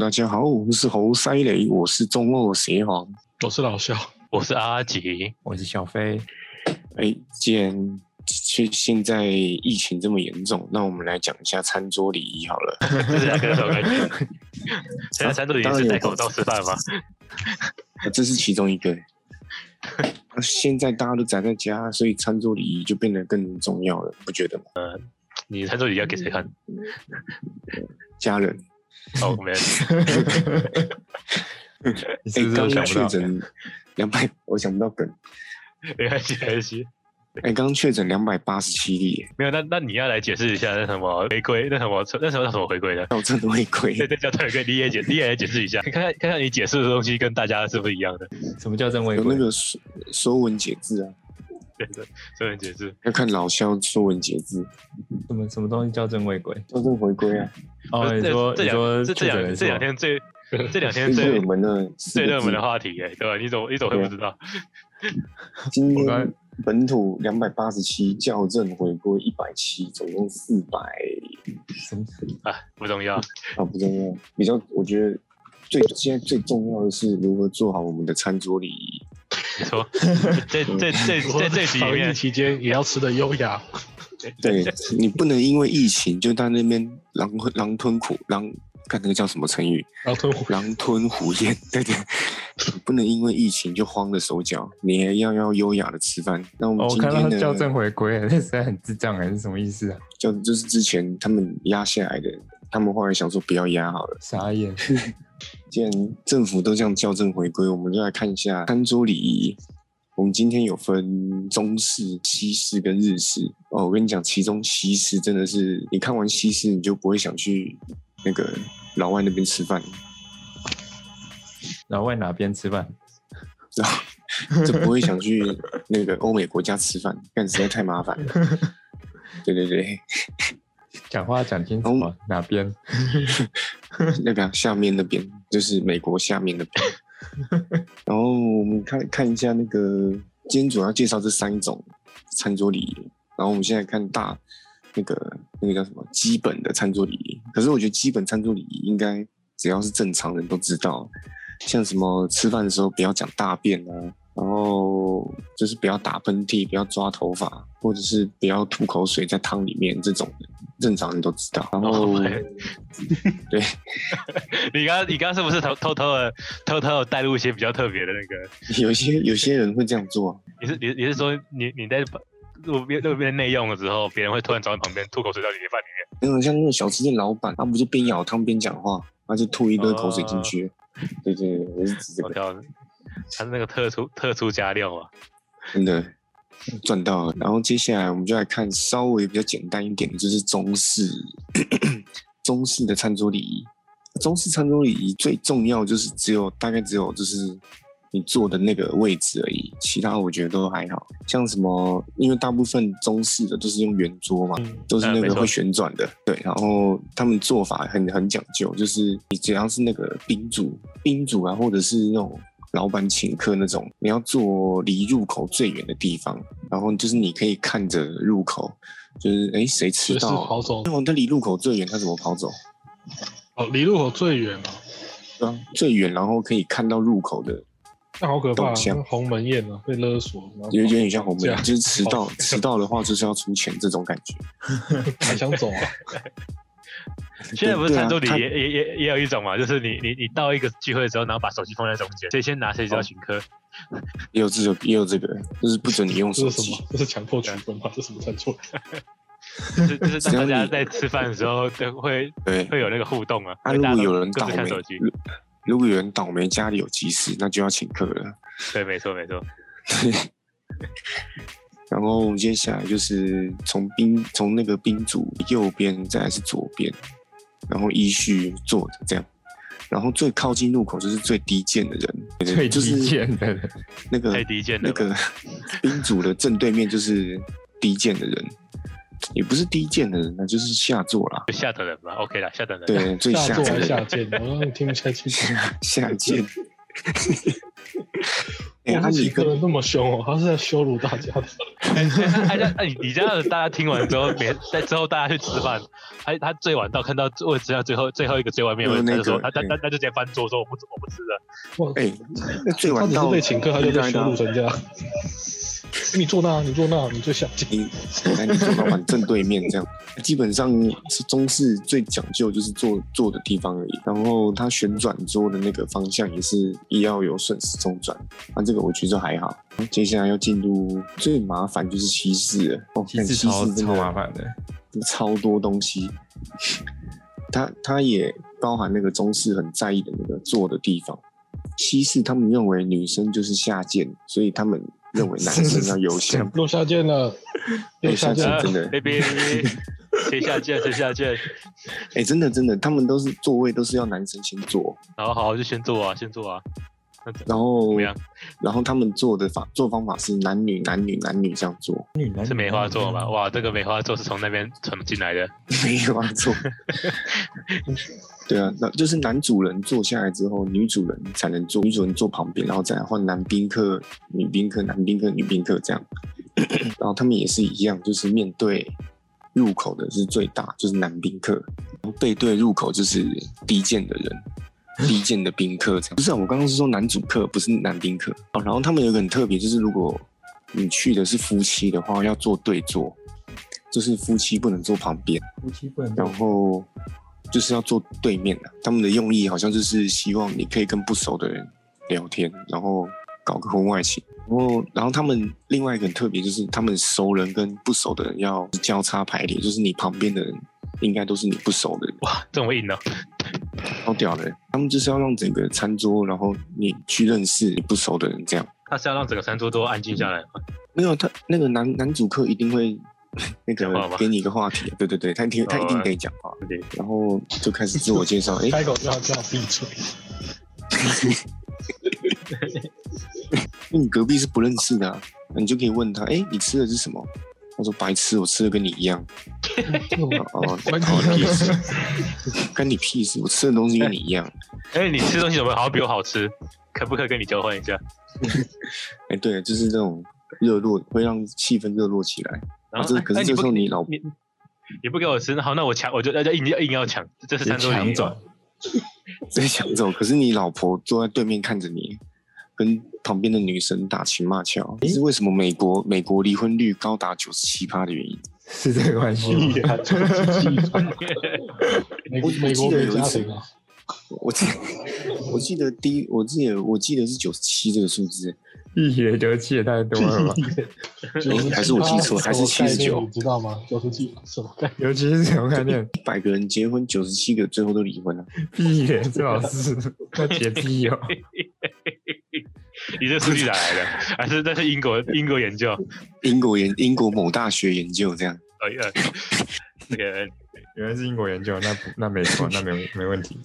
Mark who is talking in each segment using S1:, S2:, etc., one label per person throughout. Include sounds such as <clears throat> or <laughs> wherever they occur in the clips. S1: 大家好，我们是猴塞雷，我是中二邪皇。
S2: 我是老
S3: <laughs>
S2: 肖，
S3: 我是阿吉，
S4: 我是小飞。
S1: 哎，既然现现在疫情这么严重，那我们来讲一下餐桌礼仪好了。
S3: 就是那个什
S4: <laughs>
S3: 么感觉？现在
S4: 啊
S3: 三度已经是戴口罩吃饭吗？
S1: <laughs> 这是其中一个。 <laughs> 现在大家都宅在家，所以餐桌礼仪就变得更重要了，不觉得吗？
S3: 你餐桌礼仪要给谁看？
S1: 家人，
S3: 哦，没有，
S4: 你是
S1: 哎，
S4: 不是
S1: 刚
S4: 都想不
S1: 确
S4: 到？
S1: 诊两百， <laughs> 我想不到梗。
S3: 没关系，没关系。
S1: 哎，刚确诊两百八十七例，哎
S3: 没有，那那你要来解释一下那什么回归，那什么那什么叫什么回归的？
S1: 到这都会亏。
S3: <laughs> 对对，叫特归，你也解，你也来解释一下，看看看看你解释的东西跟大家是不是一样的？
S4: 什么叫真伪
S1: 有那
S4: 鬼？
S1: 个说说文解字啊，
S3: 对对，这能解释。
S1: 要看老肖说文解字，
S4: 什么什么东西叫真伪鬼？
S1: 校正回归啊，
S4: 哦，你
S3: 呃这
S4: 说
S3: 这
S4: 你说
S3: 两这这
S4: 确诊
S3: 两
S4: 人
S3: 这两
S4: 数
S3: 天
S4: <laughs>
S3: 最这两天
S1: 最
S3: 最
S1: 热门的四
S3: 最
S1: 个
S3: 热门
S1: 字
S3: 的话题，哎，对吧？你怎么你怎么会
S1: 对啊
S3: 不知道？
S1: 今
S4: 我刚
S1: 天本土两百八十七，校正回归一百七，总共四百
S4: 什么？
S3: 啊，不重要。
S1: 啊，不重要。比较，我觉得最现在最重要的是如何做好我们的餐桌礼仪。
S3: 你
S4: <laughs>
S3: 说在在在在这集里
S2: 防疫
S3: 面，
S2: 期间也要吃的优雅，
S1: 对你不能因为疫情就在那边狼吞狼吞虎狼，看那个叫什么成语，
S2: 然后吞虎
S1: 狼吞虎咽。 <laughs> 对对，你不能因为疫情就慌了手脚，你还要要优雅的吃饭。那我们
S4: 哦，我
S1: 今
S4: 看到
S1: 天
S4: 他
S1: 呢？
S4: 校正回 <laughs> 归，这实在很智障哎，是什么意思啊？
S1: 就就是之前他们压下来的，他们后来想说不要压好了。
S4: 傻眼！
S1: 既然政府都这样校正回归，我们就来看一下餐桌礼仪。我们今天有分中式、西式跟日式哦。我跟你讲，其中西式真的是，你看完西式，你就不会想去那个老外那边吃饭，
S4: 老外哪边吃饭？
S1: 然后就不会想去那个欧美国家吃饭，但实在太麻烦了。对对对，
S4: 讲话讲清楚啊，哪边？
S1: <laughs> 那个啊下面那边，就是美国下面那边。然后我们看看一下那个，今天主要介绍这三种餐桌礼仪。然后我们现在看大那个那个叫什么基本的餐桌礼仪。可是我觉得基本餐桌礼仪应该只要是正常人都知道，像什么吃饭的时候不要讲大便啊，然后就是不要打喷嚏，不要抓头发，或者是不要吐口水在汤里面这种的，正常人都知道。然后对。
S3: 你刚你刚是不是偷偷偷的偷偷的带入一些比较特别的那个？
S1: <laughs> 有些有些人会这样做，啊
S3: 你是你你是说你你在路边路边内用的时候，别人会突然找你旁边吐口水到你的饭里面？
S1: 那种像那种小吃店老板，他不就边舀汤边讲话，他就吐一堆口水进去。对对对，我是指这
S3: 我
S1: 个，
S3: 靠，他是那个特殊特殊加料啊！
S1: 真的赚到了。然后接下来我们就来看稍微比较简单一点的，就是中式 <clears throat> 中式的餐桌礼仪。中式餐桌礼仪最重要就是只有大概只有就是你坐的那个位置而已，其他我觉得都还好。像什么，因为大部分中式的都是用圆桌嘛，都是那
S3: 嗯没
S1: 个
S3: 错
S1: 会旋转的，对。然后他们做法很很讲究，就是你只要是那个宾主、宾主啊，或者是那种老板请客那种，你要坐离入口最远的地方，然后就是你可以看着入口， <laughs> 就是哎谁迟
S2: 随时
S1: 到，哦
S2: 跑走。
S1: 那我他离入口最远，他怎么跑走？
S2: 哦，离路口最远了，
S1: 对啊，最远然后可以看到入口的，
S2: 那好可怕
S1: 动
S2: 啊！
S1: 向
S2: 那鸿门宴啊，被勒索，然后
S1: 有有点像红
S2: 这
S1: 门
S2: 样，
S1: 就是迟到
S2: 哦
S1: 迟到的话就是要出钱这种感觉。
S2: 还想走啊？
S3: 现在不是
S1: 对啊
S3: 餐桌里
S1: 他
S3: 也也也也有一种嘛，就是你你你到一个聚会之后，然后把手机放在中间，谁先拿谁就
S1: 哦
S3: 要请客。
S1: 也有这个也有这个，就是 <laughs> 不准你用手
S2: 这是什
S1: 机
S2: 么。？这是强迫取分吗？这是什么餐桌？
S3: 就是就是
S1: 只要
S3: 当大家
S1: 你
S3: 在吃饭的时候，都会
S1: 对，
S3: 会有那个互动啊。
S1: 啊，
S3: 会
S1: 如
S3: 大家
S1: 果
S3: 都
S1: 有人
S3: 各
S1: 倒
S3: 自
S1: 霉
S3: 看手机，，
S1: 如如果有人倒霉家里有急事，那就要请客了。
S3: 对，没错没错。
S1: 然后我们接下来就是从宾从那个宾主右边，再来是左边，然后依序坐着这样。然后最靠近入口就是最低贱的人，对
S4: 最
S1: 就是
S4: 低贱的人，
S1: 那个
S3: 太低贱
S1: 嗯
S3: 了
S1: 那
S3: <laughs>
S1: 个宾主的正对面就是低贱的人，也不是低贱的人那就是下座啦。
S3: 就下等人嘛，OK 啦，下等人。
S1: 对，最
S2: 下
S1: 座
S2: 座还
S1: 的
S2: 下
S1: 人，
S2: <laughs> 贱？我让你听不下去。
S1: 下贱。 <laughs> 哎、
S2: 哇
S1: 他
S2: 这
S1: 一
S2: 几
S1: 个
S2: 个人那么凶哦，他是在羞辱大
S1: <laughs>
S2: 家的。
S3: <laughs> 哎，那那你你这样子大家听完之后，别在之后大家去吃饭，他他最晚到看到我只要最后最后一个最外面的
S1: 嗯
S3: 人，他就说他他他他就直接翻桌说我不吃我不吃了，
S2: 哇，
S1: 哎、那最
S2: 他
S1: 晚
S2: 只
S1: 到
S2: 是被请客，他就
S1: 应
S2: 被
S1: 该的
S2: 羞
S1: 啊
S2: 辱成这样。 <laughs> 你坐那，你坐那，你最下贱。
S1: 你在你坐老板正对面这样，基本上是中式最讲究就是坐坐的地方而已。然后它旋转桌的那个方向也是也要有顺时钟转，那、这个我觉得还好。接下来要进入最麻烦就是西式了，哦，
S4: 其实
S1: 西
S4: 超
S1: 式真
S4: 超麻
S1: 的
S4: 烦的，
S1: 超多东西， <laughs> 它它也包含那个中式很在意的那个坐的地方。西式他们认为女生就是下贱，所以他们认为男生要优
S4: <laughs>
S1: 先。
S2: 又下贱
S1: <laughs>
S2: 了，又下贱
S1: 哎下
S2: 了。
S1: 贱真的
S3: 啊，baby，谁下贱谁下贱，
S1: 哎、真的真的，他们都是座位都是要男生先坐，
S3: 然后好好就先做啊，先做啊，那怎
S1: 然后
S3: 么样？
S1: 然后他们坐的法做方法是男女男女男女这样做，
S4: 女男
S3: 是梅花座吧？哇，这个梅花座是从那边传进来的，
S1: <laughs> 没有啊坐。对啊，那就是男主人坐下来之后，女主人才能坐，女主人坐旁边，然后再来换男宾客、女宾客、男宾客、女宾客这样。 <clears throat> 然后他们也是一样，就是面对入口的是最大，就是男宾客；然后背对入口就是低贱的人。低贱的宾客这样，不是啊，我刚刚是说男主客，不是男宾客哦。然后他们有一个很特别，就是如果你去的是夫妻的话，要坐对坐，就是夫妻不能坐旁边。
S4: 夫妻不能
S1: 然后就是要坐对面的、他们的用意好像就是希望你可以跟不熟的人聊天，然后搞个婚外情。然后，然后他们另外一个很特别，就是他们熟人跟不熟的人要交叉排列，就是你旁边的人应该都是你不熟的人，
S3: 这么硬哦呢？
S1: 超屌的。他们就是要让整个餐桌，然后你去认识你不熟的人，这样。
S3: 他是要让整个餐桌都安静下来吗？
S1: 没有他那个男男主客一定会 <laughs> 那
S3: 讲话吗哦
S1: 个给你一个话题，啊对对对，他一定他一定得讲话，然后就开始自我介绍，哎，
S2: 开口就要叫闭嘴。
S1: 因为你隔壁是不认识的、啊，你就可以问他，哎、你吃的是什么？他说白痴，我吃的跟你一样。哦，关你屁事， <laughs> 关你屁事，我吃的东西跟你一样。
S3: 哎，你吃东西怎么好像比我好吃？可不可以跟你交换一下？
S1: 哎、对，就是这种热络，会让气氛热络起来。
S3: 然
S1: 啊
S3: 后
S1: 这
S3: 哎
S1: 可是
S3: 哎
S1: 这
S3: 你不
S1: 时候你老 <laughs>
S3: 你你不给我吃，那好，那我抢，我就要要硬要硬要抢，这是
S4: 直接
S3: 餐桌礼
S4: 抢
S3: 仪。
S4: 走，
S1: 在抢走，可是你老婆坐在对面看着你，跟旁边的女生打情骂俏，这是为什么美国美国离婚率高达九十七趴的原因。
S4: 是这个关系吗。
S2: 屁呀，这是鸡巴美国
S1: 我
S2: 美国
S1: 我记得
S2: 没
S1: 有一
S2: 家
S1: 次
S2: 庭啊，
S1: 我记 <laughs> 我记得第一，我记得我记得是九十七这个数字。
S4: 一血流气也太
S1: <laughs>
S4: 多了吧？
S2: 97
S1: 哎还是我记错
S2: 啊
S1: 还是
S2: 什么概念
S1: 79
S2: 你知道吗？九十七什么概念？
S4: 尤其是这种概念，
S1: 一百个人结婚，九十七个最后都离婚了。
S4: 屁耶，最好 <laughs> 是要洁癖 <laughs> 哦。
S3: 你这数据哪来的？ <laughs> 还是这是英国英国研究？
S1: 英国研英国某大学研究这样， <laughs>
S3: 哎呃，那个
S4: 原来是英国研究，那不那没错，那没没问 <laughs> 题。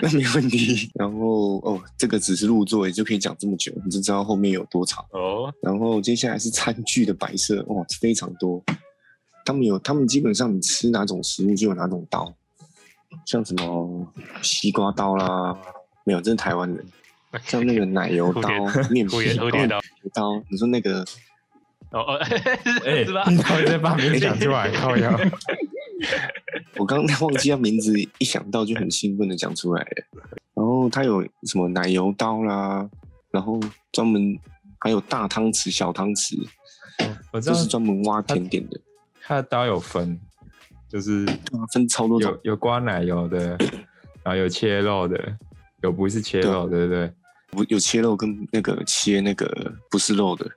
S1: 那没问题。然后哦，这个只是入座，也就可以讲这么久，你就知道后面有多长。
S3: 哦，
S1: 然后接下来是餐具的摆设，哇，非常多。他们有，他们基本上你吃哪种食物就有哪种刀，像什么西瓜刀啦，没有，这是台湾人。像那个奶油刀
S3: 蝴、
S1: 面
S3: 蝴
S1: 皮
S3: 蝶
S1: 刀、
S3: 蝴蝶刀，
S1: 刀，你说那个
S3: 哦哦， <laughs>
S4: 哎，
S3: 是
S1: <laughs>
S3: 是吧？
S4: 你到底在把名讲出来？靠呀！
S1: 我刚 <laughs> 刚忘记他名字，一想到就很兴奋的讲出来了。然后他有什么奶油刀啦，然后专门还有大汤匙、小汤匙，
S4: 我知
S1: 就
S4: 道
S1: 是专门挖甜点的，
S4: 它的刀有分，就是
S1: 分超多种
S4: 有。有刮奶油
S1: <coughs>
S4: 的，然后有切肉的，有不是切肉的，对不对？
S1: 不有切肉跟那个切那个不是肉的，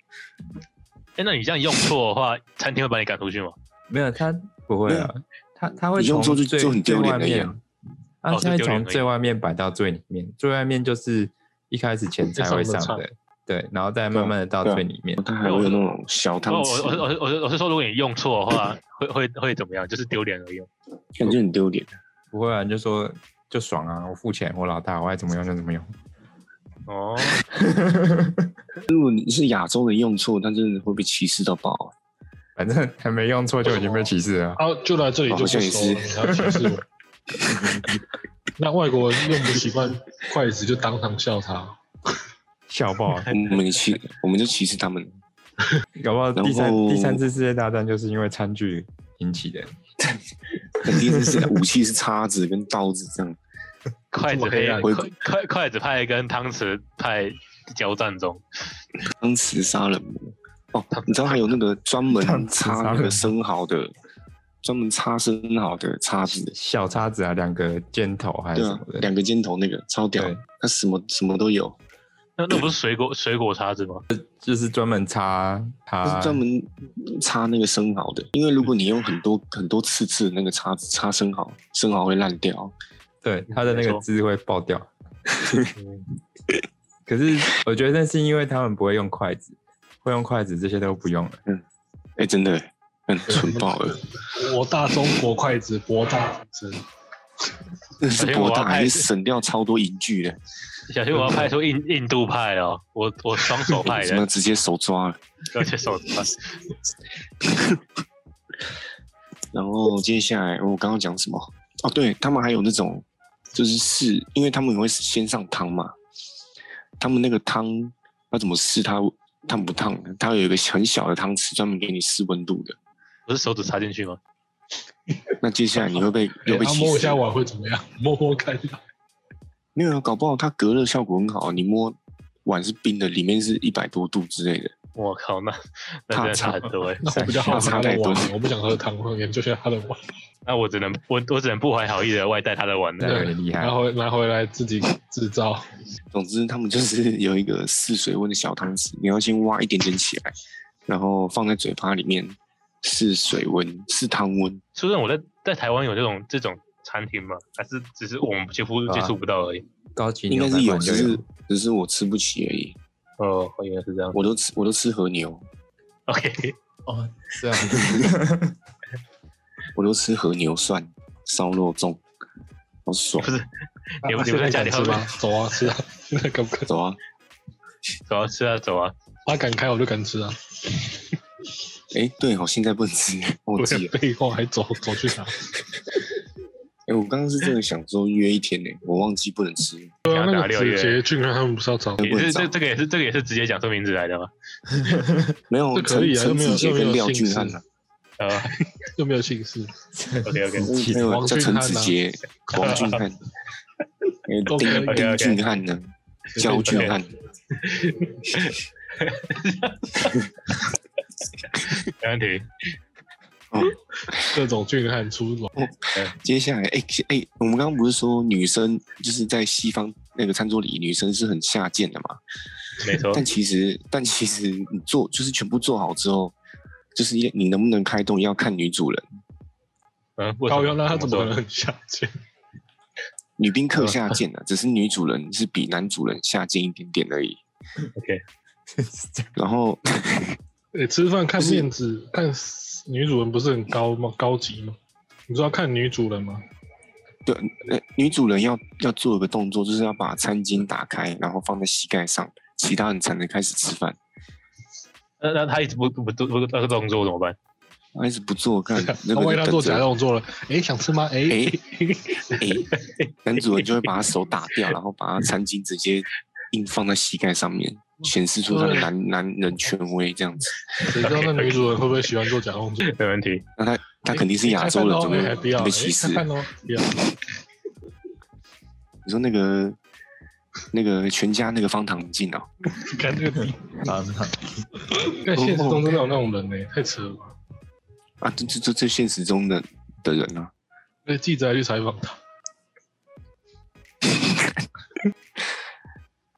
S3: 哎，那你这样用错的话，餐厅会把你赶出去吗？
S4: 没有，它不会啊，它它会
S1: 你用
S4: 从
S1: 错就
S4: 最
S1: 就很
S4: 最
S1: 丢脸
S4: 外
S1: 了呀
S4: 面，啊它
S3: 哦
S4: 现在
S3: 就丢脸
S4: 从
S3: 而已
S4: 最外面摆到最里面，最外面就是一开始前菜会
S2: 上的
S4: 上
S2: 菜
S4: 的，对，然后再慢慢的到
S1: 对啊
S4: 最里面。
S1: 它还会有那种小汤
S3: 哦，我我是
S1: 匙，
S3: 我是我是我是说，如果你用错的话，会会会怎么样？就是丢脸而已。哦
S1: 感觉很丢脸。
S4: 不会啊，你就说就爽啊，我付钱，我老大，我爱怎么用就怎么用。
S3: 哦，
S1: 如果你是亚洲人用错，那真的会被歧视到爆。啊
S4: 反正还没用错就已经被歧视
S3: 哦
S4: 了。
S2: 啊，就来这
S1: 哦
S2: 里就不熟了，你还歧视
S1: <laughs>
S2: 我？那外国人用不习惯筷子，就当场笑他。
S4: 笑
S3: <laughs>
S4: 爆！
S1: 我们歧，我们就歧视他们。
S4: 搞不好第
S1: 然
S4: 三
S1: 后
S4: 第三次世界大战就是因为餐具引起的。
S1: 肯定是武器是叉子跟刀子这样。
S3: 筷子
S2: 这么黑啊
S3: 配
S2: 暗
S3: 筷筷筷子派跟汤匙派交战中，
S1: 汤匙杀人魔。哦，你知道还有那个专门
S4: 汤匙
S1: 擦
S4: 杀
S1: 那
S4: 人魔
S1: 个生蚝的，专门擦生蚝的叉子，
S4: 小叉子啊，两个尖头还是
S1: 对
S4: 什
S1: 啊
S4: 么，的，
S1: 两个尖头那个超屌
S4: 对，
S1: 它什么什么都有，
S3: 那那不是水果水果叉子吗？
S4: 就是专门插
S1: 它
S4: 它
S1: 是专门擦那个生蚝的。因为如果你用很多很多刺刺的那个叉子擦生蚝，生蚝会烂掉。
S4: 对它的那
S3: 没
S4: 个
S3: 错
S4: 汁会爆掉。
S3: 嗯
S4: <laughs> 可是我觉得那是因为他们不会用筷子，会用筷子这些都不用了。
S1: 哎、真的、欸，很蠢爆
S4: <laughs>
S1: 了，
S2: 博大中国筷子，博大精深。
S1: 真的是
S3: 小心
S1: 博
S3: 我要
S1: 大，
S3: 拍
S1: 还省掉超多银具的，
S3: 小心我要派出印印度派哦，我我双手派
S4: 哎
S1: 什么
S3: 的，
S1: 直接手抓了。
S3: 而且手指派。
S1: 然后接下来我刚刚讲什么？哦，对他们还有那种，就是试，因为他们也会先上汤嘛，他们那个汤要怎么试它烫不烫？它有一个很小的汤匙专门给你试温度的。
S3: 不是手指插进去吗？
S1: 那接下来你会
S2: <laughs>
S1: 被又
S2: 然
S1: 被
S2: 后
S1: 歧
S2: 哎摸一
S1: 视
S2: 下？碗会怎么样？ <laughs> 摸摸看。
S1: 没有啊，搞不好它隔热效果很好，你摸碗是冰的，里面是一百多度之类的。
S3: 我
S2: <laughs>
S3: 靠，那那真的差很多哎。
S2: 那我比较好奇他
S1: 太
S2: 的
S1: 多
S2: 碗，我不想喝汤，我研究一下他的碗，
S3: 那我只能我我只能不怀好意的外带他的碗
S4: 对
S3: 了。
S4: 很
S1: 啊
S4: 厉害
S2: 拿回拿回来自己制造。
S1: 总之，他们就是 <laughs> 有一个试水温的小汤匙，你要先挖一点点起来，然后放在嘴巴里面试水温、试汤温。
S3: 说真的，我在在台湾有这种这种餐厅吗？还是只是我们几
S2: 啊
S3: 乎接触不到而已？
S4: 高级
S1: 应
S4: 牛
S1: 该
S4: 排
S1: 是有，
S4: 馆
S1: 只
S4: 就是
S1: <laughs> 只是我吃不起而已。
S3: 哦，原来是这样。
S1: 我都吃我都吃和牛，
S2: <laughs>
S3: OK，
S4: 哦，是啊，
S1: 我都吃和牛涮烧肉粽，好爽
S3: 不！是你们
S2: 啊
S3: 你们在家
S2: <laughs>
S3: 里
S2: 现敢吃
S3: 喝
S2: 吗？走啊，吃啊！现在敢不敢？
S1: 走啊！
S3: 走啊，吃啊，走啊。
S2: 他敢开我就敢吃啊！
S1: 哎、对哦，现在不能吃，忘
S2: 我
S1: 记了。
S2: 废话，还走走去哪？
S1: 哎、我刚刚是真的想说约一天呢、我忘记不能吃。
S2: <laughs> 对啊，
S3: 要
S2: 那
S3: 打
S2: 个
S3: 六
S2: 子
S3: 月
S2: 杰俊康他们不是要找
S1: 不
S3: 也
S1: 能
S3: 是
S1: 找
S3: 这这个也是这个也是直接讲出名字来的吗？
S1: 没有
S2: 这
S1: 陈
S2: 可以啊又
S1: 陈
S2: 没有
S1: 子杰
S2: 又没有
S1: 跟廖
S2: 姓
S1: 俊汉
S2: 氏
S1: 啊，
S3: 呃
S2: 又没有姓氏， <laughs>
S3: ，OK OK，
S1: 没有
S2: 王
S1: 叫
S2: 俊
S1: 陈
S2: 汉啊
S1: 子杰、王俊汉，
S2: <laughs>
S1: 哎、
S2: 都可以
S1: 丁丁
S3: OK，OK
S1: 俊汉呢，焦俊汉。
S3: 没问题。
S2: 各种俊汉出笼。
S1: 接下来，哎、哎、我们刚刚不是说女生就是在西方那个餐桌里，女生是很下贱的嘛？
S3: 没
S2: <laughs> 哦
S3: 错，
S1: 但其实，但其实你做就是全部做好之后，就是你能不能开动要看女主人。
S3: 嗯，
S2: 高腰那他怎么可
S3: 了？
S2: 能下贱？ <laughs>
S1: 女宾
S2: 哦
S1: 客下贱了、只是女主人是比男主人下贱一点点而已。
S3: OK
S1: 然后，
S2: 哎，吃饭看面子，看女主人不是很高吗？高级吗？你知道看女主人吗？
S1: 对，呃，女主人要要做一个动作，就是要把餐巾打开，然后放在膝盖上，其他人才能开始吃饭。
S3: 那那他一直不不不不那个动作怎么办？
S1: 她一直不做，看那
S2: 他 <laughs>
S1: 个
S2: 为
S1: 人
S2: 他
S1: 等
S2: 做
S1: 着
S2: 假动作了。哎，想吃吗？哎
S1: 哎，哎，男主人就会把他手打掉，然后把他餐巾直接硬放在膝盖上
S2: <laughs>
S1: 面，
S2: 哦
S1: 显示出他的男男人权威这样子。
S2: 谁知道那女主人会不会喜欢做
S1: <laughs>
S2: 假动作？
S3: 没问题。
S1: 那他他肯定是
S2: <laughs>
S1: 亚洲啊人，怎
S2: 哎
S1: 么
S2: 不要
S1: 会被歧视
S2: 哎？看哦，不要。
S1: 你说那个那个全家那个方唐镜哦，
S2: 看这个，
S4: 啊那
S2: 看现实中真的有那种人欸呢，太扯了吧。
S1: 啊，这这这这现实中的的人啊，
S2: 那记者还去采访他，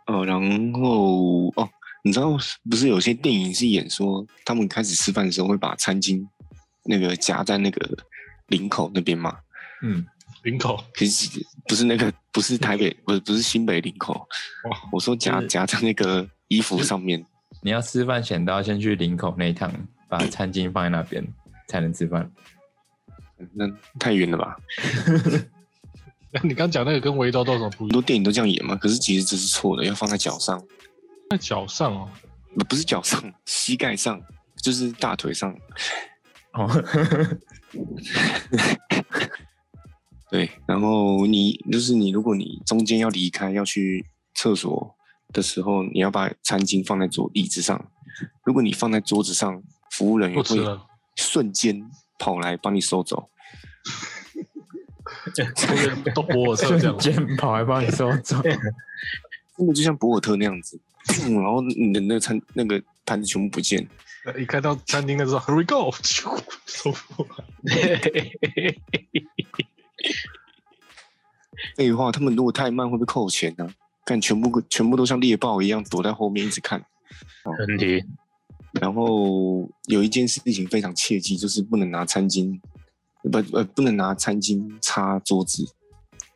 S1: 哦，然后哦，你知道不是有些电影是演说他们开始吃饭的时候会把餐巾那个夹在那个领口那边嘛？
S4: 嗯，
S2: 领口 <laughs>
S1: 可是不是那个，不是台北，不是不是新北领口
S2: 哇，
S1: 我说夹
S2: 就是
S1: 夹在那个衣服上面，
S4: 你要吃饭前都要先去领口那一趟，把餐巾放在那边才能吃饭。
S1: 那太远了吧？
S2: 那你刚讲那个跟围刀到什么不
S1: 很
S2: 一样？
S1: 多电影都这样演嘛，可是其实这是错的，要放在脚上，
S2: 在脚上哦，
S1: 不不是脚上， <laughs> 膝盖上，就是大腿上。
S4: 哦，
S1: 对，然后你就是你，如果你中间要离开要去厕所，的时候，你要把餐巾放在桌椅子上。如果你放在桌子上，服务人员
S2: 不吃
S1: 会
S2: 了。
S1: 瞬间跑来帮你收走。
S2: 哎这个都博尔特这
S4: <laughs>
S2: 样
S4: 瞬，间跑来帮你收 <laughs> 走，
S1: 真的就像博尔特那样子，嗯然后你的那个餐那个盘子全部不见，
S2: 一看到餐厅的时候，Here we go，咻收过来。
S1: 废话，他们如果太慢会被扣钱啊！看全部全部都像猎豹一样躲在后面一直看。
S3: 问题
S1: 然后有一件事情非常切记，就是不能拿餐巾，不呃不能拿餐巾擦桌子，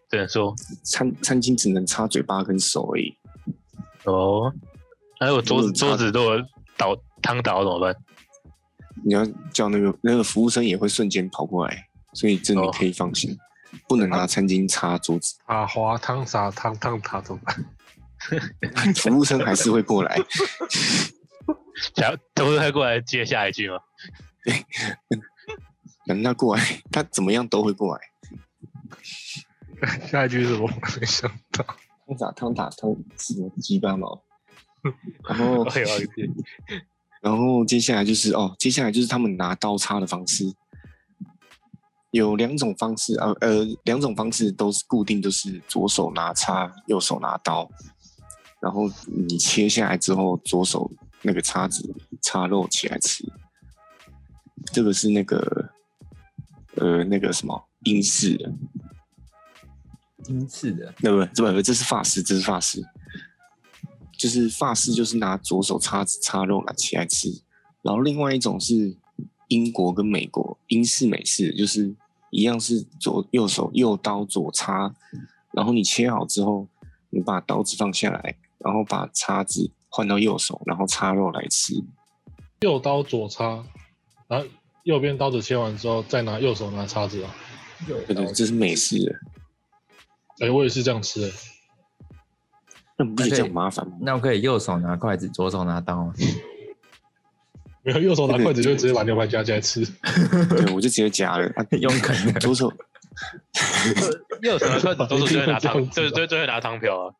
S3: 只能说
S1: 餐餐巾只能擦嘴巴跟手而已。
S3: 哦，还有桌子桌子如果倒汤倒了怎么办？
S1: 你要叫那个那个服务生也会瞬间跑过来，所以这你
S3: 哦
S1: 可以放心，不能拿餐巾擦桌
S3: <laughs>
S1: 子，
S2: 啊，滑汤洒汤烫塔怎么办？
S1: 服务生还是会过来。
S3: 想要他会会过来接下一句 <laughs> 吗？
S1: 等他过来，他怎么样都会过来。
S2: 下一句是我没想到，
S1: 汤打汤打汤什么鸡巴
S3: <laughs>
S1: 毛，然后
S3: 哎呦我的天
S1: 然后接下来就是哦，接下来就是他们拿刀叉的方式，有两种方式啊，呃，两种方式都是固定，就是左手拿叉，右手拿刀。然后你切下来之后，左手那个叉子插肉起来吃。这个是那个呃那个什么英式的，
S4: 英式的
S1: 那不这不这是法式，这是法式，就是法式就是拿左手叉子叉肉来起来吃，然后另外一种是英国跟美国英式美式，就是一样是左右手右刀左叉，然后你切好之后，你把刀子放下来，然后把叉子换到右手，然后叉肉来吃。
S2: 右刀左叉，然后右边刀子切完之后，再拿右手拿叉子啊。
S1: 对对，这是美式的，
S2: 哎、我也是这样吃、欸，
S1: 那不是这样麻烦
S4: <laughs>
S1: 吗？
S4: 那我可以右手拿筷子，左手拿刀吗？
S2: 没有右手拿筷子就直接把牛排夹起来吃。
S1: 对，我就直接夹了，啊、
S4: 用啃的，
S1: 左手
S3: 右手拿筷子，左手就会拿汤， <laughs> 就就就会拿汤瓢啊。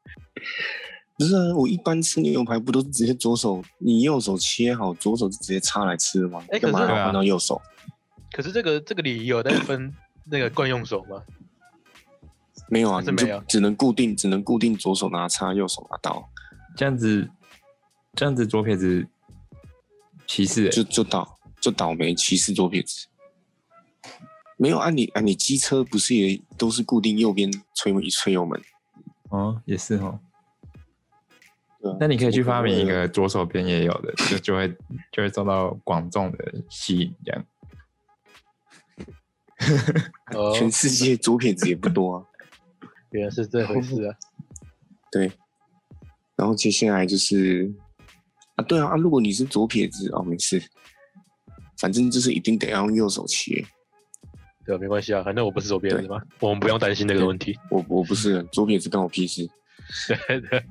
S1: 不是啊，我一般吃牛排不都是直接左手，你右手切好，左手就直接插来吃了吗？
S3: 哎
S1: 干
S3: 可是
S1: 嘛要
S4: 对啊
S1: 换到右手？
S3: 可是这个这个里有在 <coughs> 分那个惯用手吗？
S1: 没有啊，
S3: 还是
S1: 你就
S3: 没有
S1: 只能固定，只能固定左手拿叉，右手拿刀，
S4: 这样子，这样子左撇子歧视、
S1: 就
S4: 欸，
S1: 就倒就倒霉，歧视左撇子。没有啊你，啊你机车不是也都是固定右边吹吹油门？
S4: 哦，也是哦。
S1: 对啊
S4: 那你可以去发明一个左手边也有的，就就会就会受到广众的吸引，这样。
S3: 哦，
S1: 全世界左撇子也不多啊。
S3: 原来是这回事啊！
S1: 对，然后接下来就是啊，对啊，啊如果你是左撇子哦，没事，反正就是一定得要用右手切。
S3: 对啊，没关系啊，反正我不是左边的嘛，我们不用担心这个问题。
S1: 我我不是左撇子，关我屁事。
S3: 对对，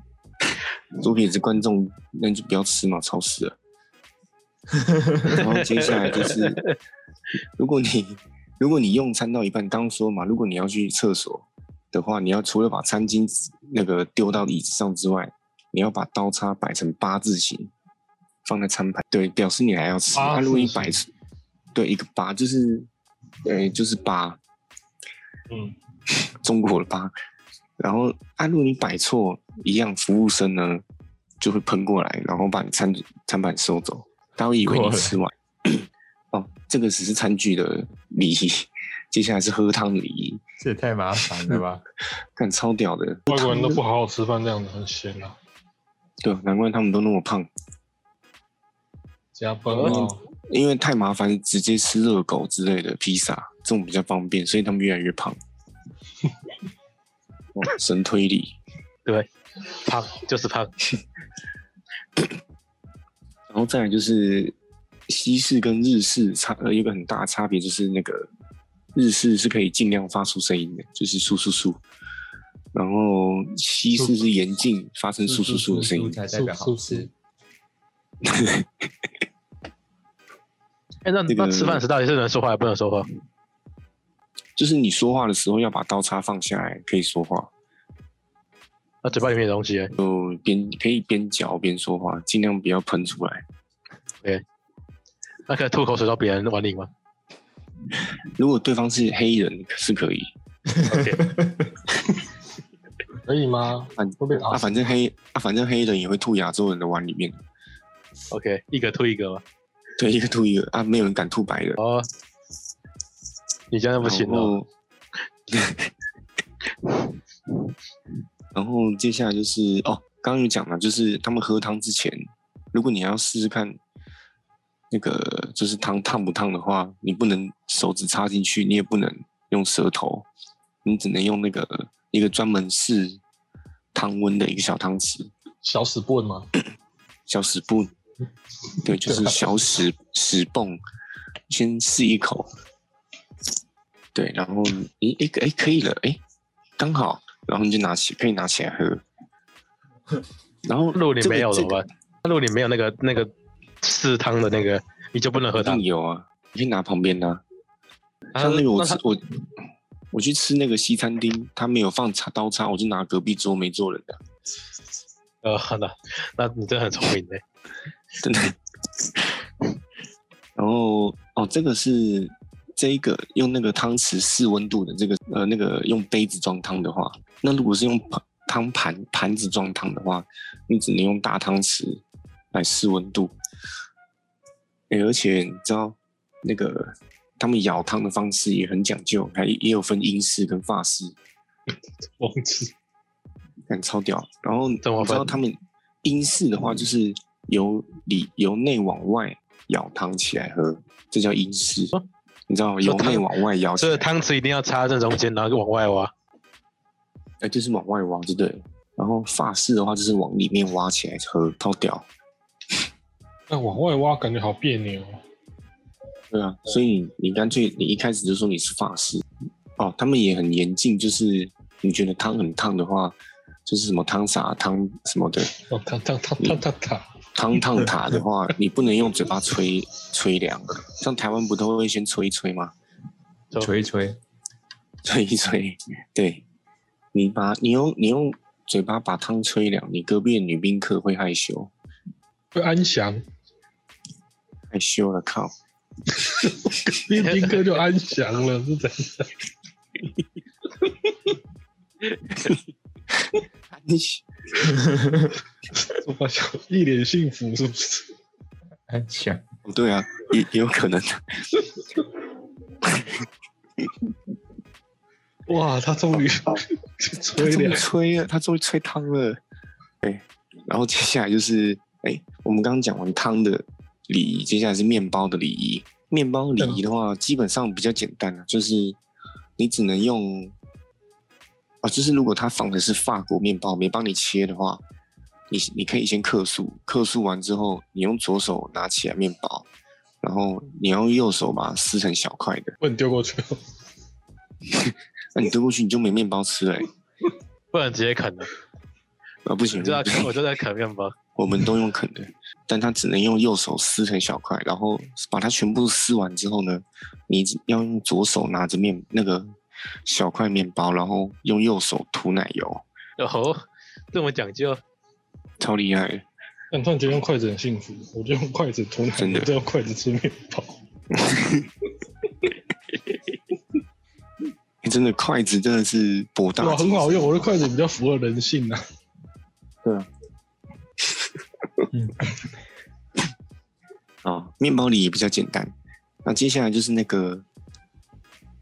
S1: 左撇子观众，那你就不要吃嘛，吵死了。然后接下来就是，如果你如果你用餐到一半，刚刚说嘛，如果你要去厕所的话，你要除了把餐巾那个丢到椅子上之外，你要把刀叉摆成八字形，放在餐盘，对，表示你还要吃。
S2: 八字形
S1: 啊，如果你摆出，对，一个八就是，呃，就是八，
S2: 嗯，
S1: 中国的吧。然后，啊，如果你摆错，一样服务生呢就会喷过来，然后把你餐餐盘收走，他会以为你吃完。 <clears throat> 哦，这个只是餐具的礼仪， <laughs> 接下来是喝汤的礼仪，
S4: 这也太麻烦了吧？
S1: 干超屌的，
S2: 外国人都不好好吃饭，这样子很闲啊，
S1: 对，难怪他们都那么胖，
S2: 加班啊。
S1: 因为太麻烦，直接吃热狗之类的披萨，这种比较方便，所以他们越来越胖。哦，神推理。
S3: 胖就是胖，
S1: 然后再来就是西式跟日式差呃有一个很大的差别，就是那个日式是可以尽量发出声音的，就是簌簌簌，然后西式是严禁发生簌簌簌的声音。
S4: 才代表好吃。
S3: 哎，那
S1: 这个
S3: 那吃饭时到底是能说话还不能说话？
S1: 就是你说话的时候要把刀叉放下来，可以说话。
S3: 那嘴巴里面有东西欸，
S1: 就嗯边可以边嚼边说话，尽量不要喷出来。
S3: 那可以吐口水到别人碗里吗？
S1: 如果对方是黑人是可以，
S2: 可以吗？
S1: 反
S2: 会被打
S1: 啊，
S2: 死。
S1: 反正黑啊，反正黑人也会吐亚洲人的碗里面，
S3: OK，一个吐一个嘛。
S1: 对，一个吐一个啊，没有人敢吐白人。
S3: 哦，你这样不行
S1: 然
S3: 哦。
S1: 后然后接下来就是哦，刚刚有讲了，就是他们喝汤之前，如果你要试试看那个就是汤烫不烫的话，你不能手指插进去，你也不能用舌头，你只能用那个一个专门试汤温的一个小汤匙，
S2: 小屎棍嘛，
S1: 小屎布，对，就是小屎屎泵，先试一口，对，然后诶诶诶可以了，诶，刚好，然后你就拿起，可以拿起来喝。然后
S3: 如果你
S1: 这个
S3: 没有
S1: 这
S3: 怎么
S1: 个
S3: 办？那如果你没有那个那个试汤的那个，你就不能喝
S1: 一
S3: 汤
S1: 定。有啊，你可以拿旁边的啊、
S3: 啊
S1: 像那个我吃
S3: 他
S1: 我我去吃那个西餐厅，他没有放叉刀叉，我就拿隔壁桌没坐人的，
S3: 呃，好的，那你真的很聪明哎。
S1: <laughs> 真的。然后哦，这个是这一个用那个汤匙试温度的这个呃那个用杯子装汤的话，那如果是用盘汤盘盘子装汤的话，你只能用大汤匙来试温度。诶而且你知道那个他们舀汤的方式也很讲究，还也有分英式跟法式，
S2: 忘记
S1: 感超屌。然后你知
S3: 怎么分
S1: 道他们英式的话，就是由里由内往外舀汤起来喝，这叫英式。
S3: 哦
S1: 你知道吗由
S3: 汤
S1: 内往外舀起
S3: 所
S1: 来
S3: 以，汤匙一定要插正中间，然后往外挖。
S1: 哎，就是往外挖就对了。然后法式的话，就是往里面挖起来喝，超屌。
S2: 但往外挖感觉好别扭哦。
S1: 对啊，所以你你干脆你一开始就说你是法式哦，他们也很严禁，就是你觉得汤很烫的话，就是什么汤洒汤什么的，
S2: 哦，烫烫烫烫烫烫，
S1: 汤烫塔的话，你不能用嘴巴吹吹凉，像台湾不都会先吹一吹吗？ <laughs>
S3: 走
S4: <laughs> 吹一吹，
S1: 吹一吹，对，你把你用你用嘴巴把汤吹凉，你隔壁的女宾客会害羞，
S2: 会安详，
S1: 害羞了靠， <laughs>
S2: 边听歌就安详了， <laughs> 是怎样？我发现一脸幸福，是不是？
S4: 安详。
S1: 对啊，也也有可能，
S2: 哇，他终于
S1: 他
S2: 吹
S1: 终于
S2: <laughs> 凉，
S1: 吹了，他终于吹汤
S3: <laughs>
S1: 了，对，然后接下来就是，哎、我们刚刚讲完汤的礼仪，接下来是面包的礼仪。面包礼仪的
S3: 嗯
S1: 话，基本上比较简单了、就是你只能用，啊，就是如果他放的是法国面包，没帮你切的话，你你可以先克数，克数完之后，你用左手拿起来面包，然后你要用右手把它撕成小块的，
S2: 不能丢过去。
S1: 那你丢过去你就没面包吃了、欸。
S3: 不能直接啃了。
S1: 啊，不行，
S3: 你知道
S1: 不行
S3: 我就在啃面包，
S1: 我们都用啃的，但他只能用右手撕成小块，然后把它全部撕完之后呢，你要用左手拿着面那个小块面包，然后用右手涂奶油，
S3: 哦，这么讲究，
S1: 超厉害的。
S2: 但突然觉得用筷子很幸福，我就用筷子涂奶
S1: 真
S2: 油，
S1: 的
S2: 再用筷子吃面包。
S1: 欸真的筷子真的是博大
S2: 哇，
S1: 精
S2: 很
S1: 深
S2: 好用，我的筷子比较符合人性啊。
S1: 啊！面包里也比较简单。那接下来就是那个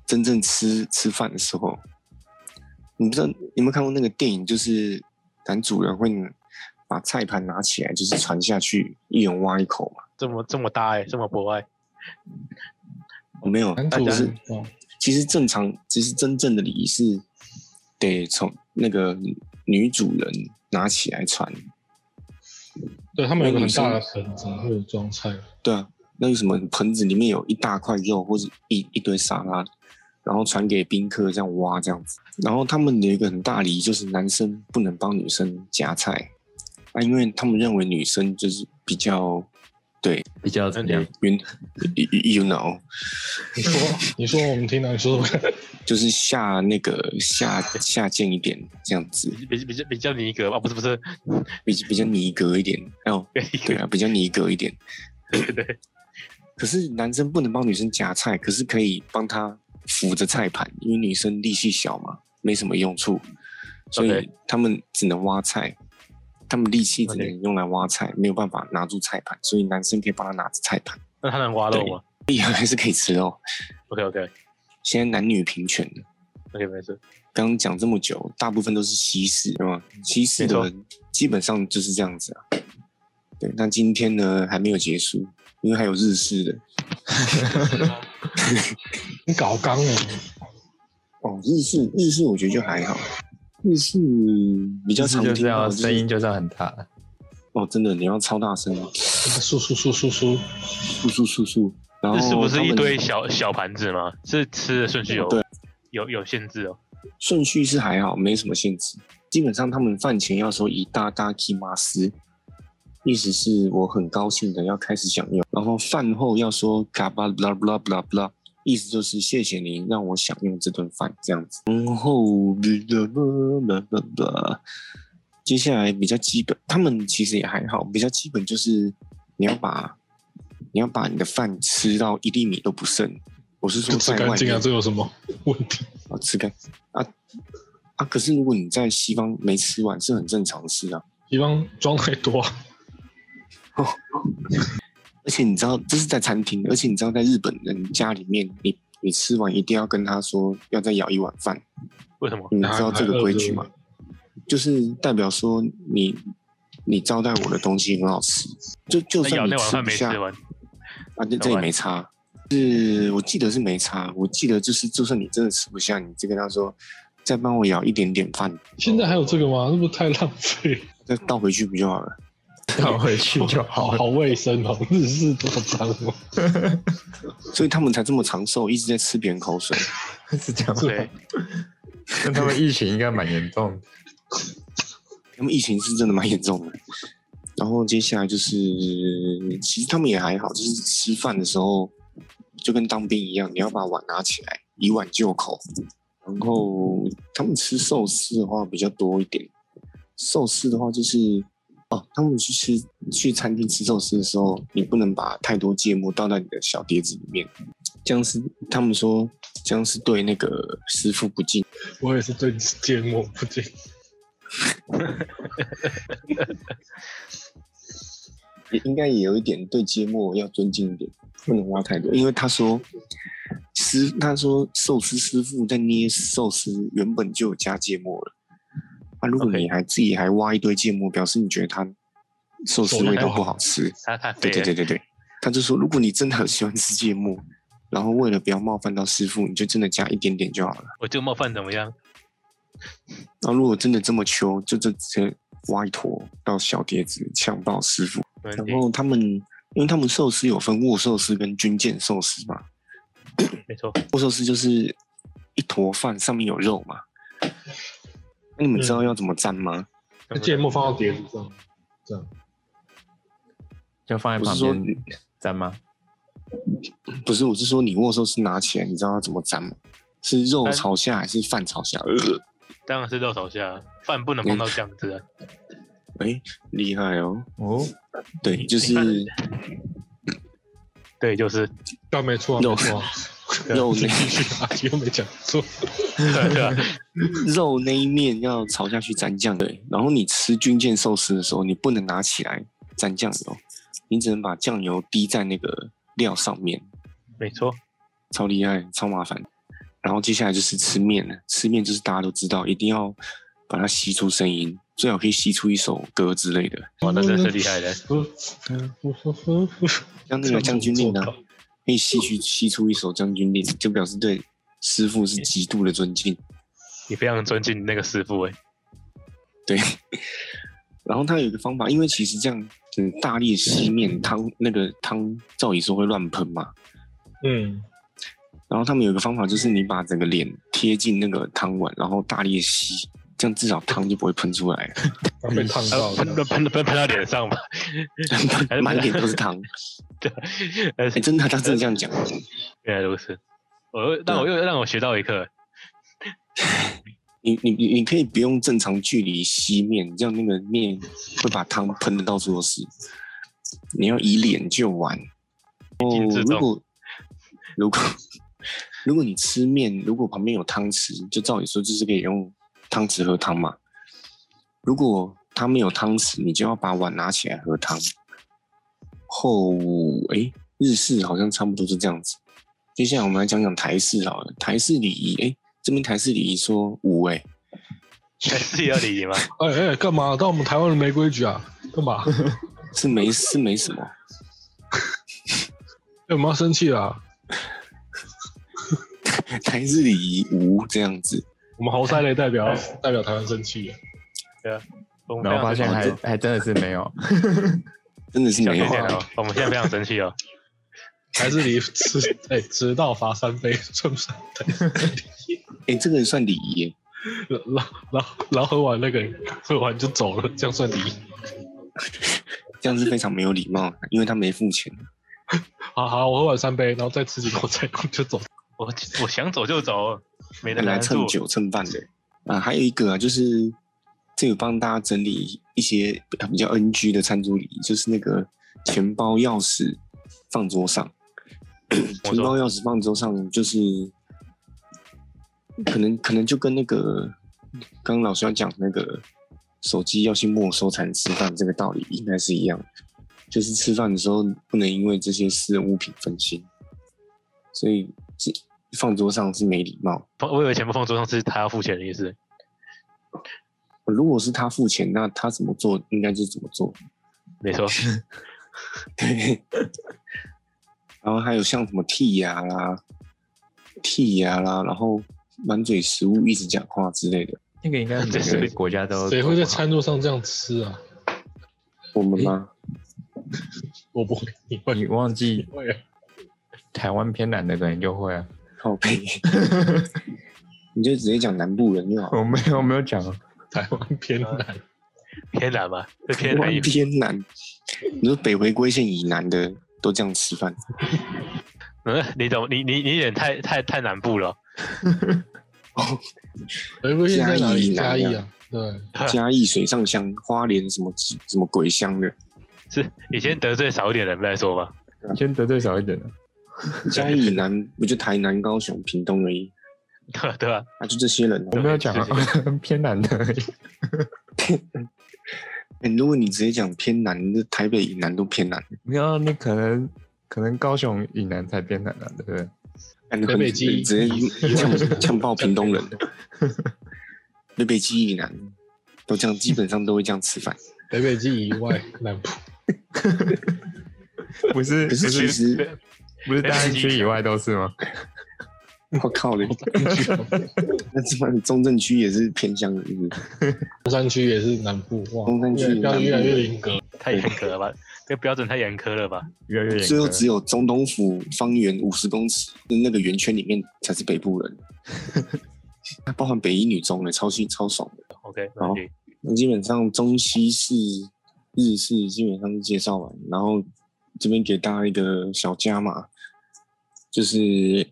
S1: 真正吃吃饭的时候，你不知道你有没有看过那个电影，就是男主人会把菜盘拿起来，就是传下去，一人挖一口嘛。
S3: 这么这么大哎、这么博爱，
S1: 我没有，
S2: 男
S1: 但
S2: 主
S1: 就是
S2: 人哦，
S1: 其实正常，其实真正的礼仪是得从那个女主人拿起来传，
S2: 对他们有个很大的盆子，会有装菜。
S1: 对啊，那个什么盆子里面有一大块肉或者一一堆沙拉，然后传给宾客这样挖这样子。然后他们有一个很大礼仪，就是男生不能帮女生夹菜啊，因为他们认为女生就是比较对，
S4: 比较怎么样？
S1: 云 <laughs> you know，
S2: 你说，你说我们听到你说什 <laughs> 么？
S1: 就是下那个下下贱一点这样子，
S3: 比比比较比较尼格啊，不是不是，
S1: 比比较尼格一点，哦，对啊，比较尼格一点。
S3: <laughs> 对对对，
S1: 可是男生不能帮女生夹菜，可是可以帮她扶着菜盘，因为女生力气小嘛，没什么用处，所以
S3: OK
S1: 他们只能挖菜，他们力气只能用来挖菜，没有办法拿住菜盘，所以男生可以帮他拿着菜盘，
S3: 那他能挖肉吗
S1: 厉害还是可以吃哦。
S3: ？OK OK
S1: 现在男女平权了
S3: OK 没事，
S1: 刚刚讲这么久，大部分都是西式，对吗？
S4: 嗯
S1: 西式的人基本上就是这样子啊。对，那今天呢还没有结束，因为还有日式的
S2: 你搞刚哎，
S1: 哦。日式日式我觉得就还好，日式比较常
S4: 就
S1: 听
S4: 是
S1: 到、
S4: 要
S1: 就是
S4: 声音就是要很大，
S1: 哦，真的你要超大声，
S2: 叔叔叔叔叔，
S1: 速速速速，然后
S3: 这是不
S1: 哦他
S3: 是
S1: 们
S3: 一堆小小盘子吗？是吃的顺序有
S1: 对
S3: 有有限制哦。
S1: 顺序是还好，没什么限制。基本上他们饭前要说一大大 k i m a s 意思是我很高兴的要开始享用。然后饭后要说 k a b a blah blah blah blah，意思就是谢谢你让我享用这顿饭这样子。然后 blah blah blah blah blah，接下来比较基本，他们其实也还好，比较基本就是你要把你要把你的饭吃到一粒米都不剩。我是说
S2: 就吃
S1: 在
S2: 干
S1: 外
S2: 净啊，
S1: 面
S2: 这有什么问题？
S1: 啊，吃干啊啊！可是如果你在西方没吃完，是很正常的事啊。
S2: 地方装太多啊，
S1: 而且你知道这是在餐厅，而且你知道在日本人家里面，你你吃完一定要跟他说要再舀一碗饭，
S3: 为什么？
S1: 你知道这个规矩吗
S2: 还？
S1: 就是代表说你你招待我的东西很好吃，就就
S3: 那咬
S1: 算你
S3: 那碗
S1: 吃
S3: 饭
S1: 不
S3: 没吃
S1: 下
S3: 完，
S1: 啊，这这也没差。是我记得是没差，我记得就是就算你真的吃不下，你就跟他说再帮我舀一点点饭，
S2: 现在还有这个吗？那不太浪费了，
S1: 再倒回去不就好了？
S4: 倒回去
S1: <laughs>
S4: 就好
S2: 好
S4: 了。
S2: 好卫生哦，日式多脏哦，
S1: 所以他们才这么长寿，一直在吃别人口水。哦
S4: 是这样吗？
S3: 对，
S4: 那他们疫情应该蛮严重的。
S1: 他们疫情是真的蛮严重的。然后接下来就是，其实他们也还好，就是吃饭的时候就跟当兵一样，你要把碗拿起来，以碗就口。然后他们吃寿司的话比较多一点，寿司的话就是，哦，他们去吃去餐厅吃寿司的时候，你不能把太多芥末倒到你的小碟子里面，这样是他们说这样是对那个师傅不敬。
S2: 我也是对你芥末不敬。
S1: 也应该也有一点对芥末要尊敬一点，不能挖太多，因为他说师他说寿司师傅在捏寿司原本就有加芥末了，啊，如果
S3: OK
S1: 你还自己还挖一堆芥末，表示你觉得他寿司味道不好吃。
S3: 他他
S1: 对对
S3: 对
S1: 对对对，他就说如果你真的很喜欢吃芥末，然后为了不要冒犯到师傅，你就真的加一点点就好了。
S3: 我就冒犯怎么样？
S1: 那如果真的这么求，就就直接挖一坨到小碟子呛爆师傅。
S3: 没问题
S1: 然后他们，因为他们寿司有分握寿司跟军舰寿司嘛，
S3: 没错，
S1: 握寿司就是一坨饭上面有肉嘛。那你们
S3: 嗯
S1: 知道要怎么蘸吗？
S2: 那芥末放到碟子上，这样
S4: 就放在
S1: 我
S4: 旁
S1: 是说
S4: 边沾吗？
S1: 不是，我是说你握寿司拿起来，你知道要怎么蘸吗？是肉朝下还是饭朝下？呃
S3: 当然是肉手下，饭不能碰到酱汁
S1: 嗯
S3: 啊。
S1: 哎，厉害哦！
S4: 哦，
S1: 对，就是
S3: 你对，就是
S2: 但没错啊，
S1: 肉
S2: 没错啊，
S1: 肉
S2: <laughs>
S1: 那
S2: 啊又没讲错，
S3: 对对啊，
S1: 肉那一面要朝下去蘸酱。对，然后你吃军舰寿司的时候，你不能拿起来蘸酱油，你只能把酱油滴在那个料上面。
S3: 没错，
S1: 超厉害，超麻烦。然后接下来就是吃面了，吃面就是大家都知道，一定要把它吸出声音，最好可以吸出一首歌之类的，
S3: 哇，那真是厉害的。
S1: 像那个将军令呢、啊
S2: 做不到
S1: 可以吸取吸出一首将军令，就表示对师傅是极度的尊敬。
S3: 你非常尊敬那个师傅哎、
S1: 对，然后他有一个方法，因为其实这样很大力的吸面汤，那个汤照理说会乱喷嘛。
S2: 嗯，
S1: 然后他们有一个方法，就是你把整个脸贴近那个汤碗，然后大力地吸，这样至少汤就不会喷出来，
S2: 然后被烫
S1: 哦
S3: 然后
S2: 到这
S3: 呃喷
S2: 样。
S3: 喷喷喷到脸上吧，
S1: <laughs>
S3: <laughs>
S1: 满脸都是汤。
S3: 对，但
S1: 哎、
S3: 是
S1: 真的，他真的这样讲。
S3: 原来如此，我又让我
S1: 啊
S3: 又让我学到一课，
S1: 你你你你可以不用正常距离吸面，这样那个面会把汤喷的到处都是。你要以脸就完。哦
S3: 经自，
S1: 如
S3: 重
S1: 果如果如果你吃面，如果旁边有汤匙，就照理说就是可以用汤匙喝汤嘛。如果他没有汤匙，你就要把碗拿起来喝汤。后诶，日式好像差不多是这样子。接下来我们来讲讲台式好了，台式礼仪诶，这边台式礼仪说五诶。
S3: 还是要礼仪
S1: <laughs>
S3: 吗？
S2: 哎哎，干嘛？到我们台湾的没规矩啊？干嘛？
S1: 是没是没什么，
S2: 哎，我们要生气啊？
S1: 台式礼仪无这样子，
S2: 我们豪塞雷代表代表台湾生气了。
S3: 我们
S4: 然后发现
S3: 非
S4: 还
S1: 哦
S3: 常
S4: 还真的是没有，
S1: 真的是没有啊
S3: 生气。哦我们现在非常生气哦，
S2: 还是你迟哎迟到罚三杯，算不算？
S1: 哎、这个算礼仪耶，
S2: 然后然后然后喝完那个喝完就走了，这样算礼仪？
S1: 这样是非常没有礼貌的，因为他没付钱。
S2: 好好，我喝完三杯，然后再吃几口再就走。
S3: 我我想走就走，没人
S1: 本来
S3: 拦住
S1: 蹭。酒蹭饭的啊，还有一个啊，就是这个帮大家整理一些呃比较 NG 的餐桌礼仪，就是那个钱包、钥匙放桌上。
S3: 我
S1: 钱
S3: 说
S1: 包、钥匙放桌上，就是可能可能就跟那个刚刚老师要讲那个手机要去没收才能吃饭这个道理应该是一样的，就是吃饭的时候不能因为这些私人物品分心，所以这放桌上是没礼貌。
S3: 放我以为钱不放桌上是他要付钱的意思，
S1: 如果是他付钱，那他怎么做应该就怎么做。
S3: 没
S1: <laughs>
S3: 错，
S1: 对，然后还有像什么剔牙啦、剔牙啦，然后满嘴食物一直讲话之类的，
S4: 那个应该每个国家都
S2: 谁会在餐桌上这样吃啊？
S1: 我们吗？
S2: 我不会，你会
S4: 你忘记
S2: 不会啊？
S4: 台湾偏南的人就会啊，
S1: 靠
S3: <laughs>
S1: 背，你就直接讲南部人就
S3: 哦
S1: 好。
S4: 我没有我没有讲啊，
S2: 台湾偏南，
S3: 偏南吗？是偏南一
S1: 偏南，你说北回归线以南的都这样吃饭，
S3: 嗯， <laughs> 你懂，你你你有点太太太南部了，
S2: 回归线在哪里？
S1: 嘉
S2: 嘉
S1: 义啊
S2: 义啊，对，
S1: 嘉义水上乡、花莲什么什么鬼乡的，
S3: 是你先得罪少一点人再说吧。 <laughs>
S4: 你先得罪少一点啊
S1: 嘉义以南不就台南、高雄、屏东而已，
S3: 对吧对吧？
S1: 啊，就这些人啊、
S4: 我没有讲啊偏南的而已，
S1: 欸如果你直接讲偏南，那台北以南都偏南，
S4: 没有你可能可能高雄以南才偏南啊，对不对？
S1: 感觉
S2: 北
S1: 很
S2: 北基
S1: 直接呛呛爆屏东人，北北基以南都这样，基本上都会这样吃饭。
S2: 北北基以外
S1: <laughs>
S2: 南部，
S4: 不是
S1: 可
S4: 不
S1: 是
S4: 是
S1: 其实，
S3: 对
S4: 不是大安区以外都是吗？
S1: 我靠嘞，那这帮中正区也是偏乡的，是不是
S2: 中山区也是南部，哇，
S1: 中山区也是南
S2: 要
S1: 部
S2: 越来越严格。
S3: 太严格
S4: <laughs>
S3: 了吧？这个标准太严苛了吧？
S4: 越来越严格
S1: 最后只有总统府方圆五十公尺的那个圆圈里面才是北部
S2: <laughs>
S1: 人，包含北一女中的，超新超爽的。
S3: OK，没问
S4: 哦
S3: 题。
S1: 那基本上中西式、日式基本上是介绍完，然后这边给大家一个小加码，就是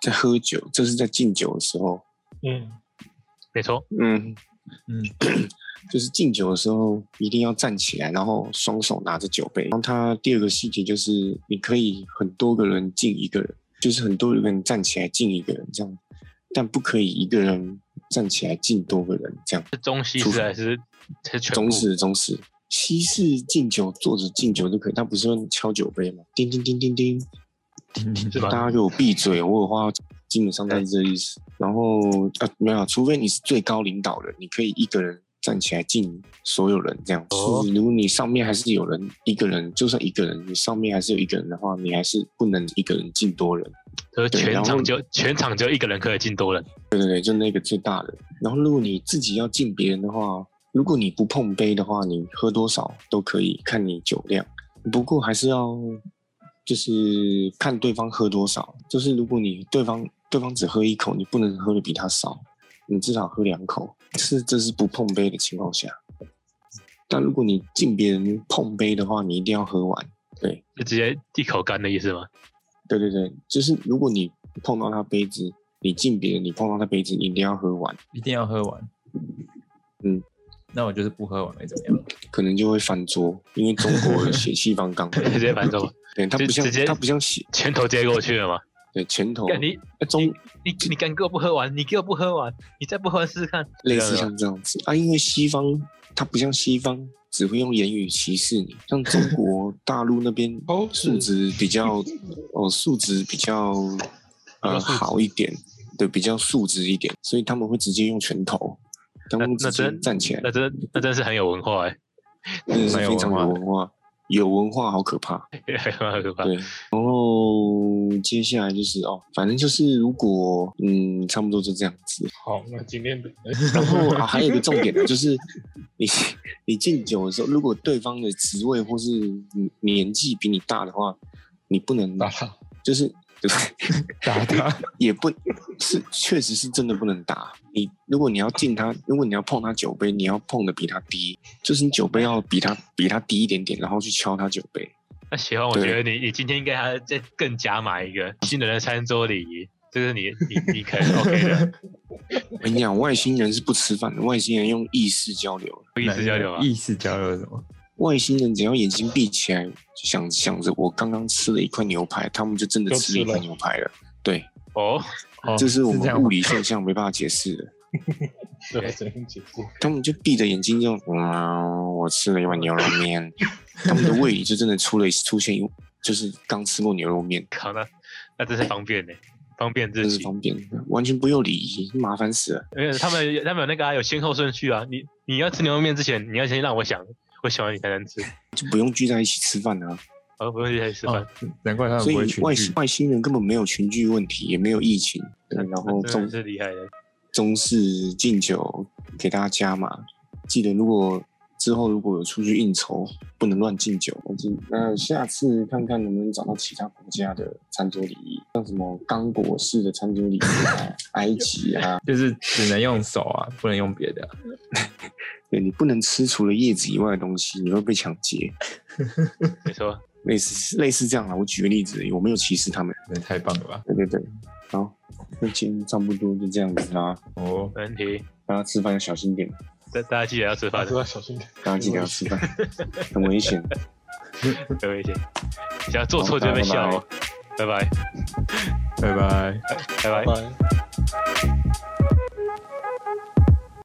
S1: 在喝酒，这是在敬酒的时候，
S2: 嗯，
S3: 没错，
S1: 嗯
S4: 嗯，
S1: <clears throat> 就是敬酒的时候一定要站起来，然后双手拿着酒杯。然后它第二个细节就是，你可以很多个人敬一个人，就是很多个人站起来敬一个人这样，但不可以一个人站起来敬多个人这样。
S3: 是中西式还是还是全部
S1: 中？式中式，西式敬酒坐着敬酒就可以，他不是用敲酒杯吗？叮叮叮叮叮，
S3: 是
S1: 大
S3: 吧？
S1: 家给我闭嘴，我有话要讲基本上都是这意思。然后啊，没有，除非你是最高领导人，你可以一个人站起来敬所有人这样。
S3: 哦
S1: 如果你上面还是有人一个人，就算一个人，你上面还是有一个人的话，你还是不能一个人敬多人。
S3: 就是
S1: 对然
S3: 全
S1: 后
S3: 场就全场就一个人可以进多人，
S1: 对对对，就那个最大的。然后如果你自己要敬别人的话，如果你不碰杯的话，你喝多少都可以，看你酒量。不过还是要就是看对方喝多少，就是如果你对方对方只喝一口，你不能喝的比他少，你至少喝两口。是这是不碰杯的情况下。但如果你敬别人碰杯的话，你一定要喝完。对，
S3: 就直接一口干的意思吗？
S1: 对对对，就是如果你碰到他杯子，你敬别人，你碰到他杯子，你一定要喝完，
S4: 一定要喝完。
S1: 嗯，
S4: 那我就是不喝完会怎么样？
S1: 可能就会翻桌，因为中国血气方刚，
S3: <laughs> 直接反手
S1: <laughs> 对他不像
S3: 直接
S1: 他不像血，
S3: 拳头接过去了吗？
S1: 对拳
S4: 哦
S1: 头
S3: 干你
S1: 呃中
S3: 你你敢给我不喝完？你给我不喝完，你再不喝完试试看。
S1: 类似像这样子啊，因为西方它不像西方只会用言语歧视你，像中国大陆那边
S2: 哦
S1: 素质比较哦素质比较
S2: 比较
S1: 呃
S2: 素质
S1: 好一点，对，比较素质一点，所以他们会直接用拳头，他
S3: 那
S1: 们
S3: 那
S1: 直接
S3: 真
S1: 站起来，
S3: 那真那真是很有文化 <laughs> 哎、
S1: 真的是
S4: 蛮有
S1: 非常有
S4: 文化
S1: 文化，有文化好可怕。
S3: 欸，还蛮可怕。
S1: 对，然后接下来就是哦，反正就是如果嗯，差不多就这样子。
S2: 好，那
S1: <laughs>
S2: 今天的
S1: 然后啊，还有一个重点呢，就是你你敬酒的时候，如果对方的职位或是嗯年纪比你大的话，你不能
S2: <laughs> 打他，
S1: 就是对不对？
S4: 打他，
S1: 也不是，确实是真的不能打。你如果你要敬他，如果你要碰他酒杯，你要碰的比他低，就是你酒杯要比他比他低一点点，然后去敲他酒杯。
S3: 那喜欢，我
S1: 对
S3: 觉得你你今天应该还要再更加码一个新人的餐桌礼仪，这是你你你可以
S1: <laughs>
S3: OK 的，
S1: 我跟你讲，哎外星人是不吃饭的，外星人用意识交流。
S3: 不意思交流啊。
S4: 意识交流是什么？
S1: 外星人只要眼睛闭起来，想想着我刚刚吃了一块牛排，他们就真的
S2: 就
S1: 吃了一
S2: 吃了
S1: 块牛排了。对，
S3: 哦，
S4: 哦
S1: 这是我
S4: 这样
S1: 们
S4: 吗
S1: 物理现象没办法解释的。
S2: 对，怎样解释？
S1: 他们就闭着眼睛就，嗯，我吃了一碗牛肉面，他们的胃里就真的出了出现一，就是刚吃过牛肉面，
S3: 靠，那那真是方便呢、方便自
S1: 真是
S3: 己。
S1: 方便，完全不用礼仪，麻烦死了。
S3: 而且他们有他们有那个、啊、有先后顺序啊，你你要吃牛肉面之前，你要先让我想，我想完你才能
S1: <laughs>
S3: 吃，
S1: 就不用聚在一起吃饭啊，
S3: 而不用去吃饭
S4: 哦。难怪他们
S1: 所
S4: 不
S1: 以
S4: 会群
S1: 外
S4: 聚。
S1: 外星人根本没有群聚问题，也没有疫情，对，然后
S3: 那真
S1: 中
S3: 的是厉害的。
S1: 中式敬酒给大家加码，记得如果之后如果有出去应酬，不能乱敬酒。我记那下次看看能不能找到其他国家的餐桌礼仪，像什么刚果式的餐桌礼仪啊，埃及啊，
S4: 就是只能用手啊，不能用别的啊、
S1: 对你不能吃除了叶子以外的东西，你会被抢劫。
S3: 没错，
S1: 类似类似这样啊，我举个例子而已，我没有歧视他们。
S4: 真的太棒了吧！
S1: 对对对，好，那今天差不多就这样子啦，
S4: 哦，
S3: 没问题。
S1: 大家吃饭要小心点，
S3: 大大家记得要吃
S2: 大
S3: 饭
S2: 家，要小心点。
S1: 大家记得要吃饭，很危险。
S3: 很危险，想要做错就会被笑哦。拜拜，
S4: 拜拜。
S3: 拜
S2: 拜。
S3: 拜
S2: 拜。